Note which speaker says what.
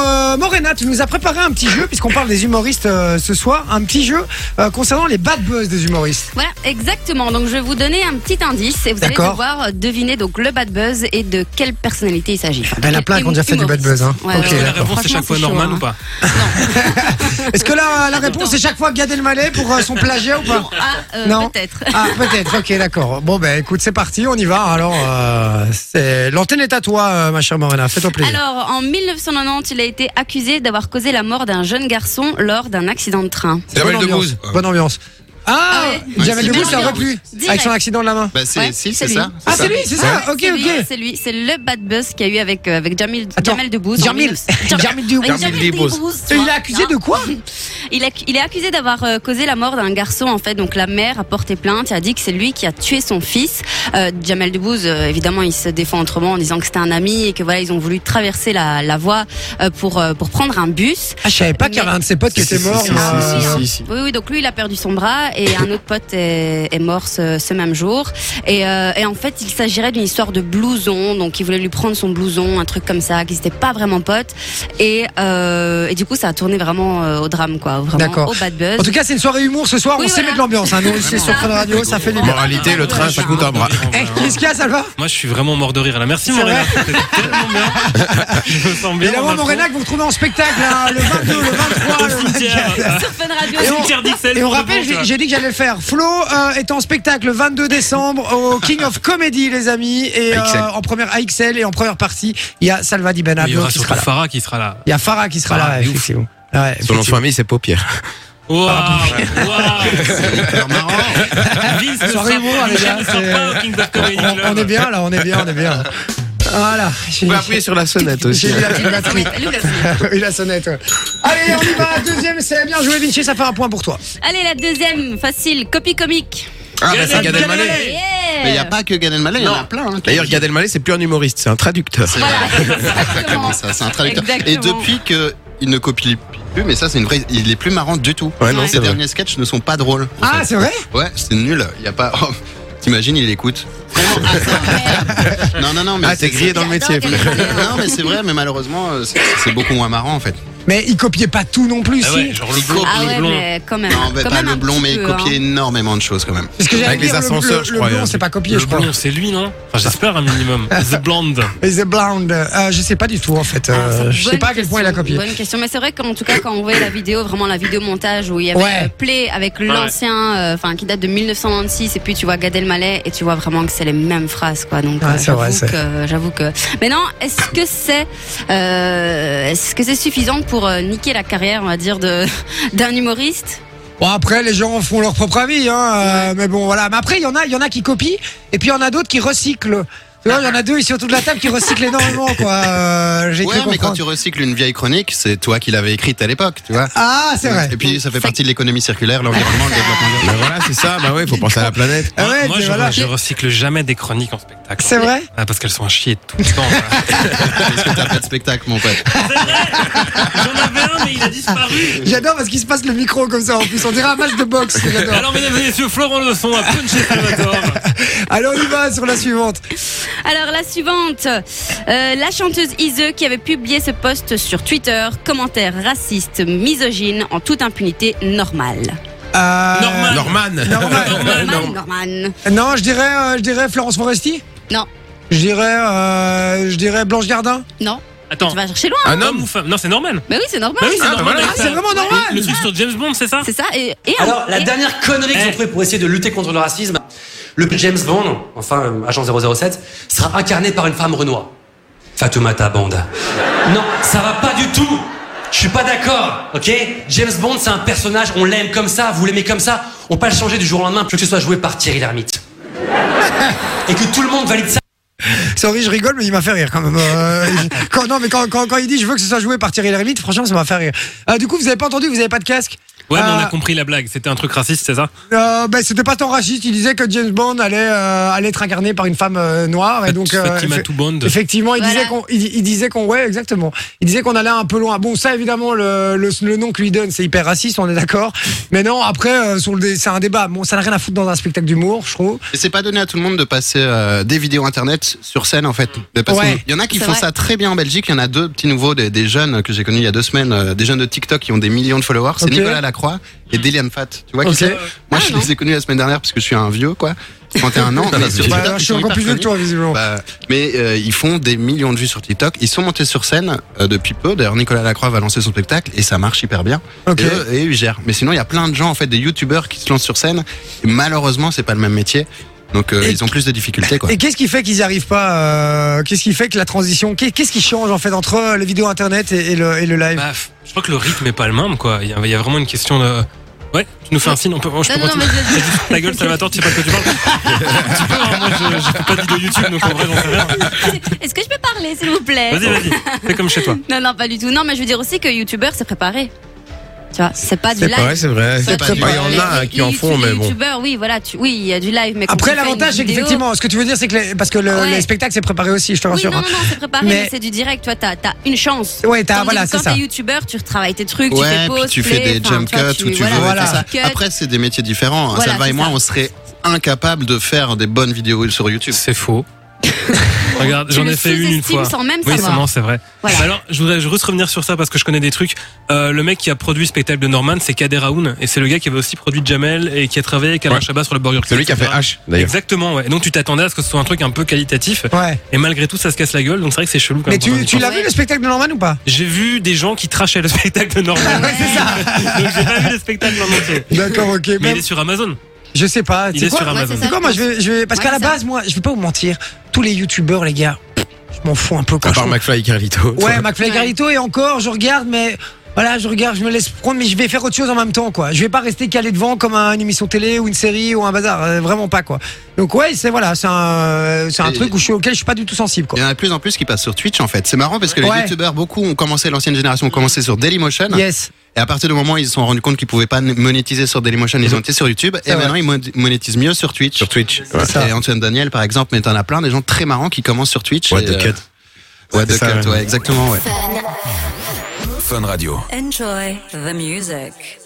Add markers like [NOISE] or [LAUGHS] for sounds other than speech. Speaker 1: Euh, Morena, tu nous as préparé un petit jeu, puisqu'on parle des humoristes euh, ce soir, un petit jeu euh, concernant les bad buzz des humoristes.
Speaker 2: Voilà, exactement. Donc je vais vous donner un petit indice et vous allez
Speaker 1: D'accord.
Speaker 2: devoir deviner donc le bad buzz et de quelle personnalité il s'agit.
Speaker 1: Il y en a plein qui ont déjà fait du bad buzz. Hein.
Speaker 2: Ouais,
Speaker 1: Ok,
Speaker 2: ouais, ouais.
Speaker 1: d'accord.
Speaker 3: La réponse c'est
Speaker 2: Franchement,
Speaker 3: chaque fois
Speaker 2: c'est chaud,
Speaker 3: Norman
Speaker 2: hein.
Speaker 3: ou pas
Speaker 1: Est-ce que la, la réponse est chaque fois Gad Elmaleh pour euh, son plagiat ou pas
Speaker 2: Ah, euh,
Speaker 1: Non.
Speaker 2: peut-être.
Speaker 1: Ah, peut-être, ok, d'accord. Bon, ben écoute, c'est parti, on y va. Alors, euh, c'est- l'antenne est à toi, euh, ma chère Morena, fais-toi plaisir.
Speaker 2: Alors, en 1990, il a été accusé d'avoir causé la mort d'un jeune garçon lors d'un accident de train.
Speaker 1: C'est bonne
Speaker 4: Jamel
Speaker 1: ambiance,
Speaker 4: Debbouze.
Speaker 1: Bonne ambiance. Ah,
Speaker 2: Ah ouais.
Speaker 1: Jamel
Speaker 2: Ouais,
Speaker 1: Debbouze,
Speaker 2: c'est
Speaker 1: ça aurait
Speaker 2: bien.
Speaker 1: plu.
Speaker 2: Direct.
Speaker 1: Avec son accident de la main.
Speaker 4: Bah, c'est,
Speaker 2: Ouais,
Speaker 4: si,
Speaker 2: c'est lui.
Speaker 4: c'est ça.
Speaker 1: Ah,
Speaker 4: ça.
Speaker 1: c'est lui, c'est ça Ok,
Speaker 2: c'est lui,
Speaker 1: ok.
Speaker 2: c'est lui, c'est le bad buzz qu'il y a eu avec, euh, avec Jamil,
Speaker 1: Attends,
Speaker 2: Jamel Debbouze. en
Speaker 1: Jamil.
Speaker 2: 19 Jam-
Speaker 1: [LAUGHS] Jamil Debbouze.
Speaker 2: Jamil
Speaker 3: Jamil Debbouze.
Speaker 2: Debbouze, tu
Speaker 1: Et Il
Speaker 2: vois.
Speaker 1: a accusé de quoi
Speaker 2: Il, accu- il est accusé d'avoir euh, causé la mort d'un garçon. En fait, donc la mère a porté plainte et a dit que c'est lui qui a tué son fils. Euh, Jamel Debbouze, euh, évidemment, il se défend autrement en disant que c'était un ami et que voilà, ils ont voulu traverser la, la voie euh, pour euh, pour prendre un bus.
Speaker 1: Ah, je savais pas qu'il y avait un de ses potes qui
Speaker 4: Si, si,
Speaker 1: était
Speaker 4: si,
Speaker 1: mort.
Speaker 4: si,
Speaker 1: mais,
Speaker 2: Ah,
Speaker 1: euh,
Speaker 4: si, si, si, si.
Speaker 2: Oui, oui. Donc lui, il a perdu son bras et un autre pote est, est mort ce, ce même jour. Et, euh, et en fait, il s'agirait d'une histoire de blouson. Donc il voulait lui prendre son blouson, un truc comme ça, qu'ils n'étaient pas vraiment potes. Et, euh, et du coup, ça a tourné vraiment euh, au drame, quoi. Vraiment
Speaker 1: D'accord.
Speaker 2: au bad buzz.
Speaker 1: En tout cas, c'est une soirée humour ce soir.
Speaker 2: Oui,
Speaker 1: on sait
Speaker 2: voilà.
Speaker 1: mettre l'ambiance. Hein. Nous, c'est sur Fun Radio, ça fait du bien.
Speaker 4: Moralité, le train, ça coûte un bras.
Speaker 1: Eh, qu'est-ce qu'il y a, ça va
Speaker 3: Moi je suis vraiment mort de rire là.
Speaker 1: C'est
Speaker 3: Merci Morena. C'était tellement bien. Je me sens bien.
Speaker 1: Évidemment,
Speaker 3: dans le
Speaker 1: Morena, que vous retrouvez en spectacle hein, le 22, le 23, le
Speaker 3: fond. Au cimetière.
Speaker 2: [LAUGHS] Sur Fun Radio.
Speaker 3: Au
Speaker 1: on-
Speaker 3: cimetière d'Ixelles.
Speaker 1: Et on
Speaker 3: pour de
Speaker 1: rappelle,
Speaker 3: bon,
Speaker 1: j'ai
Speaker 3: quoi.
Speaker 1: j'ai dit que j'allais le faire. Flo euh, est en spectacle le 22 décembre au King of Comedy, les amis. Et euh,
Speaker 4: AXL.
Speaker 1: en première AXL et en première partie, il y a Salvadi Ben
Speaker 3: Il y
Speaker 1: Abdo
Speaker 3: aura
Speaker 1: qui
Speaker 3: surtout
Speaker 1: sera là.
Speaker 3: Farah qui sera là.
Speaker 1: Il y a Farah qui sera là,
Speaker 3: Farah, de ouf.
Speaker 1: effectivement. Ouais,
Speaker 4: Son nom de
Speaker 1: effectivement.
Speaker 4: famille, c'est Paupière.
Speaker 3: Waouh Waouh Vince [LAUGHS] ne sera
Speaker 1: Soirée humour, les gars,
Speaker 3: Michel ne sera
Speaker 1: c'est- euh,
Speaker 3: pas au King of Comedy
Speaker 1: on,
Speaker 3: Club.
Speaker 1: on est bien là, on est bien, on est bien. Voilà. J'ai-
Speaker 4: On peut appuyer sur la sonnette
Speaker 1: J'ai
Speaker 4: aussi.
Speaker 1: eu la petite
Speaker 2: Elle
Speaker 1: batterie.
Speaker 2: est- elle est où, la sonnette
Speaker 1: [LAUGHS] Oui, la sonnette. ouais. Allez, on y va. Deuxième, c'est bien joué, Vinci. Ça fait un point pour toi.
Speaker 2: Allez, la deuxième, facile, copie comique.
Speaker 4: Ah, bah, c'est
Speaker 3: Gad
Speaker 4: Gad Elmaleh.
Speaker 3: Elmaleh.
Speaker 2: Yeah.
Speaker 5: Mais il n'y a pas que Gad Elmaleh, il y en a plein. hein, qui-
Speaker 4: D'ailleurs, Gad Elmaleh, c'est plus un humoriste, c'est un traducteur.
Speaker 2: Voilà,
Speaker 5: Exactement,
Speaker 2: exactement.
Speaker 5: ça, [LAUGHS] c'est un traducteur. Et
Speaker 2: Exactement.
Speaker 5: depuis que il ne copie plus, mais ça c'est une vraie, il est plus marrant du tout.
Speaker 4: Ouais, non, c'est
Speaker 5: Ses
Speaker 4: vrai.
Speaker 5: derniers sketchs ne sont pas drôles. en
Speaker 1: Ah,
Speaker 5: fait.
Speaker 1: c'est vrai
Speaker 5: ouais, c'est nul. Il y a pas. oh, T'imagines, il écoute. [LAUGHS] non, non, non, mais
Speaker 4: Ah, t'es grillé dans le métier.
Speaker 2: J'adore Gad
Speaker 4: frère.
Speaker 2: Elmaleh.
Speaker 5: Non, mais c'est vrai, mais malheureusement, euh, c'est c'est beaucoup moins marrant en fait.
Speaker 1: Mais il copiait pas tout non plus.
Speaker 3: Ah
Speaker 1: si.
Speaker 3: ouais, genre le blond,
Speaker 2: Ah
Speaker 3: le
Speaker 2: ouais,
Speaker 3: blond.
Speaker 2: mais quand même.
Speaker 5: Non, mais
Speaker 2: quand
Speaker 5: pas
Speaker 2: même
Speaker 5: le
Speaker 2: un
Speaker 5: blond,
Speaker 2: petit
Speaker 5: mais il
Speaker 2: peu,
Speaker 5: copiait
Speaker 2: hein.
Speaker 5: énormément de choses quand même.
Speaker 1: Parce que j'allais
Speaker 4: Avec
Speaker 1: dire,
Speaker 4: les
Speaker 1: le bleu-
Speaker 4: ascenseurs, je
Speaker 1: le
Speaker 4: crois,
Speaker 1: blond,
Speaker 4: euh,
Speaker 1: c'est pas copié,
Speaker 3: Le
Speaker 1: je crois.
Speaker 3: blond, c'est lui, non Enfin, j'espère un minimum. The Blonde.
Speaker 1: Et The Blonde, euh, je sais pas du tout en fait.
Speaker 2: Ah, c'est
Speaker 1: Euh,
Speaker 2: une
Speaker 1: je sais
Speaker 2: bonne
Speaker 1: pas à quel point il a
Speaker 2: question,
Speaker 1: copié.
Speaker 2: Bonne question, mais c'est vrai qu'en tout cas, quand on voyait la vidéo, vraiment la vidéo montage où il y avait
Speaker 1: Ouais.
Speaker 2: euh, Play avec l'ancien, euh, enfin qui date de 1996, et puis tu vois Gad Elmaleh et tu vois vraiment que c'est les mêmes phrases, quoi. Donc
Speaker 1: Ouais,
Speaker 2: euh,
Speaker 1: c'est vrai,
Speaker 2: j'avoue
Speaker 1: c'est-
Speaker 2: que, j'avoue que. [LAUGHS] Mais non, est-ce que c'est, euh, est-ce que c'est suffisant pour euh, niquer la carrière, on va dire, de [LAUGHS] d'un humoriste
Speaker 1: Bon après les gens font leur propre avis, hein, euh, mais bon voilà. Mais après il y en a, il y en a qui copient et puis il y en a d'autres qui recyclent. Tu vois, il y en a deux ici autour de la table qui recyclent énormément quoi. Euh, J'ai
Speaker 5: Ouais,
Speaker 1: cru
Speaker 5: mais quand
Speaker 1: comprendre.
Speaker 5: tu recycles une vieille chronique, c'est toi qui l'avais écrite à l'époque, tu vois.
Speaker 1: Ah c'est vrai.
Speaker 5: Et puis ça fait
Speaker 2: Ça-
Speaker 5: partie de l'économie circulaire, l'environnement, [LAUGHS] le développement durable.
Speaker 4: Bah voilà, c'est ça. Bah ouais, faut penser à la planète.
Speaker 1: Ah ouais,
Speaker 3: Moi,
Speaker 1: t'es-
Speaker 3: je,
Speaker 1: voilà.
Speaker 3: je recycle jamais des chroniques en spectacle.
Speaker 1: C'est vrai.
Speaker 3: Ah, parce qu'elles sont à chier tout le temps. voilà.
Speaker 5: Parce que t'as pas de spectacle, mon pote.
Speaker 3: J'en avais un, mais il a disparu.
Speaker 1: J'adore parce qu'il se passe le micro comme ça en plus. On dirait un match de boxe. J'adore.
Speaker 3: Alors, mesdames et messieurs, Florent Leçon a punché Salvatore.
Speaker 1: Allez on y va sur la suivante.
Speaker 2: Alors la suivante, Euh, la chanteuse Ise qui avait publié ce post sur Twitter, commentaire raciste, misogyne, en toute impunité normale.
Speaker 1: Euh,
Speaker 3: Normal.
Speaker 4: Norman.
Speaker 1: Norman.
Speaker 2: Norman, Norman.
Speaker 1: Non je dirais, euh, je dirais Florence Foresti.
Speaker 2: Non.
Speaker 1: Je dirais, euh, je dirais Blanche Gardin.
Speaker 2: Non,
Speaker 3: Attends,
Speaker 2: tu vas chercher loin.
Speaker 4: Un
Speaker 3: homme
Speaker 4: homme.
Speaker 3: ou femme Non, c'est normal.
Speaker 2: Mais oui, c'est normal.
Speaker 3: Bah oui, c'est
Speaker 4: Ah, bah
Speaker 3: normal.
Speaker 4: voilà.
Speaker 3: avec
Speaker 1: Ah, c'est
Speaker 3: ça.
Speaker 1: vraiment normal.
Speaker 3: Le truc sur James Bond, c'est ça
Speaker 2: C'est ça. Et, et
Speaker 6: Alors, la
Speaker 2: et-
Speaker 6: dernière connerie qu'ils
Speaker 3: Eh.
Speaker 6: ont trouvée pour essayer de lutter contre le racisme, le James Bond, enfin euh, agent 007, sera incarné par une femme renoie. Fatoumata Bond. Non, ça va pas du tout Je suis pas d'accord, ok James Bond, c'est un personnage, on l'aime comme ça, vous l'aimez comme ça, on peut pas le changer du jour au lendemain, plus que ce soit joué par Thierry Lhermitte. Et que tout le monde valide ça.
Speaker 1: Sorry, je rigole, mais il m'a fait rire quand même. Euh, Euh, quand, non, mais quand, quand, quand il dit je veux que ce soit joué par Thierry Lhermitte, franchement, ça m'a fait rire. Ah, du coup, vous avez pas entendu, vous avez pas de casque
Speaker 3: Ouais, mais on a
Speaker 1: Euh,
Speaker 3: compris la blague. C'était un truc raciste, c'est ça
Speaker 1: Euh, ben, c'était pas tant raciste. Il disait que James Bond allait, euh, allait être incarné par une femme euh, noire. Et donc, euh,
Speaker 3: Fatima
Speaker 1: effe-
Speaker 3: tout bond.
Speaker 1: effectivement, il
Speaker 2: Voilà.
Speaker 1: disait qu'on, il, il disait qu'on, ouais, exactement. Il disait qu'on allait un peu loin. Bon, ça, évidemment, le, le, le nom que lui donne, c'est hyper raciste, on est d'accord. Mais non, après, euh, sur le, dé- c'est un débat. Bon, ça n'a rien à foutre dans un spectacle d'humour, je trouve.
Speaker 5: Et c'est pas donné à tout le monde de passer euh, des vidéos internet sur scène en fait. De passer-
Speaker 1: Ouais.
Speaker 5: Il y en a qui
Speaker 2: C'est
Speaker 5: font
Speaker 2: vrai.
Speaker 5: ça très bien en Belgique. Il y en a deux petits nouveaux, des, des jeunes que j'ai connus il y a deux semaines, euh, des jeunes de TikTok qui ont des millions de followers. C'est
Speaker 1: Ok.
Speaker 5: Nicolas Lacroix et Delian Fat. Tu vois qui
Speaker 1: Ok.
Speaker 5: c'est Moi
Speaker 2: Ah,
Speaker 5: je
Speaker 2: non.
Speaker 5: les ai connus la semaine dernière parce que je suis un vieux quoi, 31 ans. mais sur
Speaker 1: Bah,
Speaker 5: TikTok,
Speaker 1: je
Speaker 5: ils
Speaker 1: suis
Speaker 5: sont
Speaker 1: encore
Speaker 5: hyper
Speaker 1: plus vieux que
Speaker 5: connus.
Speaker 1: toi, visiblement.
Speaker 5: Bah, mais euh, ils font des millions de vues sur TikTok. Ils sont montés sur scène euh, depuis peu. D'ailleurs, Nicolas Lacroix va lancer son spectacle et ça marche hyper bien.
Speaker 1: Ok.
Speaker 5: Et, eux, et eux, ils gèrent. Mais sinon, il y a plein de gens, en fait, des youtubeurs qui se lancent sur scène. Et malheureusement, c'est pas le même métier. Donc, euh,
Speaker 1: Et-
Speaker 5: ils ont plus de difficultés, quoi.
Speaker 1: Et qu'est-ce qui fait qu'ils n'y arrivent pas euh, Qu'est-ce qui fait que la transition Qu'est- Qu'est-ce qui change en fait entre euh, les vidéos internet et, et le, et le live
Speaker 3: Bah, f- je crois que le rythme est pas le même, quoi. Il y a, il y a vraiment une question de. Ouais, tu nous fais un signe, on peut. moi, je peux
Speaker 2: Non, non,
Speaker 3: continuer.
Speaker 2: mais je-
Speaker 3: Ta gueule, Salvatore, tu sais pas de quoi tu parles. tu peux, hein, moi, je, je fais pas de vidéo YouTube, donc en vrai, j'en sais rien.
Speaker 2: Est-ce que je peux parler, s'il vous plaît
Speaker 3: Vas-y, vas-y, fais comme chez toi.
Speaker 2: Non, non, pas du tout. Non, mais je veux dire aussi que YouTubeur, c'est préparé. Tu vois, c'est pas du
Speaker 4: C'est
Speaker 2: live.
Speaker 4: pas vrai, c'est vrai.
Speaker 2: Toi, tu-
Speaker 4: Il y en a hein,
Speaker 2: les-
Speaker 4: qui en
Speaker 2: les
Speaker 4: font, mais bon.
Speaker 2: YouTubeurs, oui, voilà, tu- oui, il y a du live, mais quand
Speaker 1: Après,
Speaker 2: tu fais une
Speaker 1: l'avantage, c'est
Speaker 2: vidéo-
Speaker 1: qu'effectivement, ce que tu veux dire, c'est que les- parce que le,
Speaker 2: Ouais.
Speaker 1: les spectacles, c'est préparé aussi, je te
Speaker 2: Oui,
Speaker 1: rassure.
Speaker 2: non, non, non, c'est préparé,
Speaker 1: Mais-
Speaker 2: mais, c'est du direct. Toi, t'as as une chance.
Speaker 1: Ouais, t'as-
Speaker 2: Tandis
Speaker 1: voilà,
Speaker 2: que
Speaker 1: c'est
Speaker 2: quand
Speaker 1: ça.
Speaker 2: t'es youtubeur, tu retravailles tes trucs, tu fais
Speaker 5: ouais,
Speaker 2: pause,
Speaker 5: puis tu
Speaker 2: play,
Speaker 5: fais des
Speaker 2: enfin,
Speaker 5: jump
Speaker 2: tu vois,
Speaker 5: cuts où tu veux. et
Speaker 1: voilà.
Speaker 5: tout ça.
Speaker 2: Cut.
Speaker 5: Après, c'est des métiers différents.
Speaker 2: Voilà,
Speaker 5: Salva et
Speaker 2: c'est
Speaker 5: moi,
Speaker 2: ça.
Speaker 5: on serait incapables de faire des bonnes vidéos sur YouTube.
Speaker 2: [LAUGHS]
Speaker 3: C'est faux. Regarde,
Speaker 2: Tu
Speaker 3: j'en
Speaker 2: le
Speaker 3: ai fait une une
Speaker 2: sous-estimes
Speaker 3: fois.
Speaker 2: sans même
Speaker 3: Oui, c'est
Speaker 2: savoir.
Speaker 3: non, c'est vrai.
Speaker 2: Voilà.
Speaker 3: Alors, je voudrais juste revenir sur ça parce que je connais des trucs. Euh, le mec qui a produit le spectacle de Norman, c'est Kader Aoun, et c'est le gars qui avait aussi produit Jamel et qui a travaillé avec Alain
Speaker 4: Ouais.
Speaker 3: Chabat sur le Burger King.
Speaker 4: C'est lui qui a fait
Speaker 3: etc.
Speaker 4: H, d'ailleurs.
Speaker 3: Exactement, ouais. Et Donc tu t'attendais à ce que ce soit un truc un peu qualitatif,
Speaker 1: Ouais.
Speaker 3: et malgré tout ça se casse la gueule, donc c'est vrai que c'est chelou quand
Speaker 1: Mais
Speaker 3: même. quand on
Speaker 1: tu,
Speaker 3: y
Speaker 1: tu
Speaker 3: pense.
Speaker 1: l'as vu le spectacle de Norman ou pas
Speaker 3: J'ai vu des gens qui trachaient le spectacle
Speaker 1: [LAUGHS]
Speaker 3: de Norman.
Speaker 2: Ouais, c'est ça.
Speaker 3: donc j'ai pas vu le spectacle en entier.
Speaker 1: D'accord, ok.
Speaker 3: Mais il est sur Amazon.
Speaker 1: Je sais pas.
Speaker 3: Il
Speaker 1: c'est
Speaker 3: est
Speaker 1: quoi
Speaker 3: sur Amazon.
Speaker 2: c'est
Speaker 1: C'est
Speaker 2: ça.
Speaker 1: quoi Moi, je vais, je vais- parce
Speaker 2: Ouais,
Speaker 1: qu'à la
Speaker 2: c'est ça.
Speaker 1: base, moi, je vais pas vous mentir. Tous les youtubeurs, les gars, je m'en fous un peu quand
Speaker 4: À
Speaker 1: je
Speaker 4: part McFly et Carlito.
Speaker 1: Ouais, McFly
Speaker 2: Ouais.
Speaker 1: Carlito et encore, je regarde, mais voilà, je regarde, je me laisse prendre, mais je vais faire autre chose en même temps, quoi. Je vais pas rester calé devant comme un- une émission télé ou une série ou un bazar, euh, vraiment pas, quoi. Donc ouais, c'est voilà, c'est un, c'est un
Speaker 5: Et-
Speaker 1: truc où je suis auquel je suis pas du tout sensible, quoi.
Speaker 5: Il y en a de plus en plus qui passent sur Twitch, en fait. C'est marrant parce que
Speaker 1: Ouais.
Speaker 5: les youtubeurs, beaucoup ont commencé, l'ancienne génération ont commencé sur Dailymotion.
Speaker 1: Yes.
Speaker 5: Et à partir du moment où ils se sont rendus compte qu'ils pouvaient pas monétiser sur Dailymotion, ils ont été sur YouTube. Et
Speaker 1: C'est vrai.
Speaker 5: maintenant, ils mon- monétisent mieux sur Twitch.
Speaker 4: Sur Twitch.
Speaker 1: C'est ça.
Speaker 5: Et Antoine Daniel, par exemple, mais t'en as plein, des gens très marrants qui commencent sur Twitch.
Speaker 4: What
Speaker 5: et,
Speaker 4: the
Speaker 5: euh,
Speaker 4: cut.
Speaker 5: What the
Speaker 4: C'est ça,
Speaker 5: cut,
Speaker 4: ouais.
Speaker 5: ouais, exactement, ouais.
Speaker 7: Fun Radio.
Speaker 8: Enjoy the music.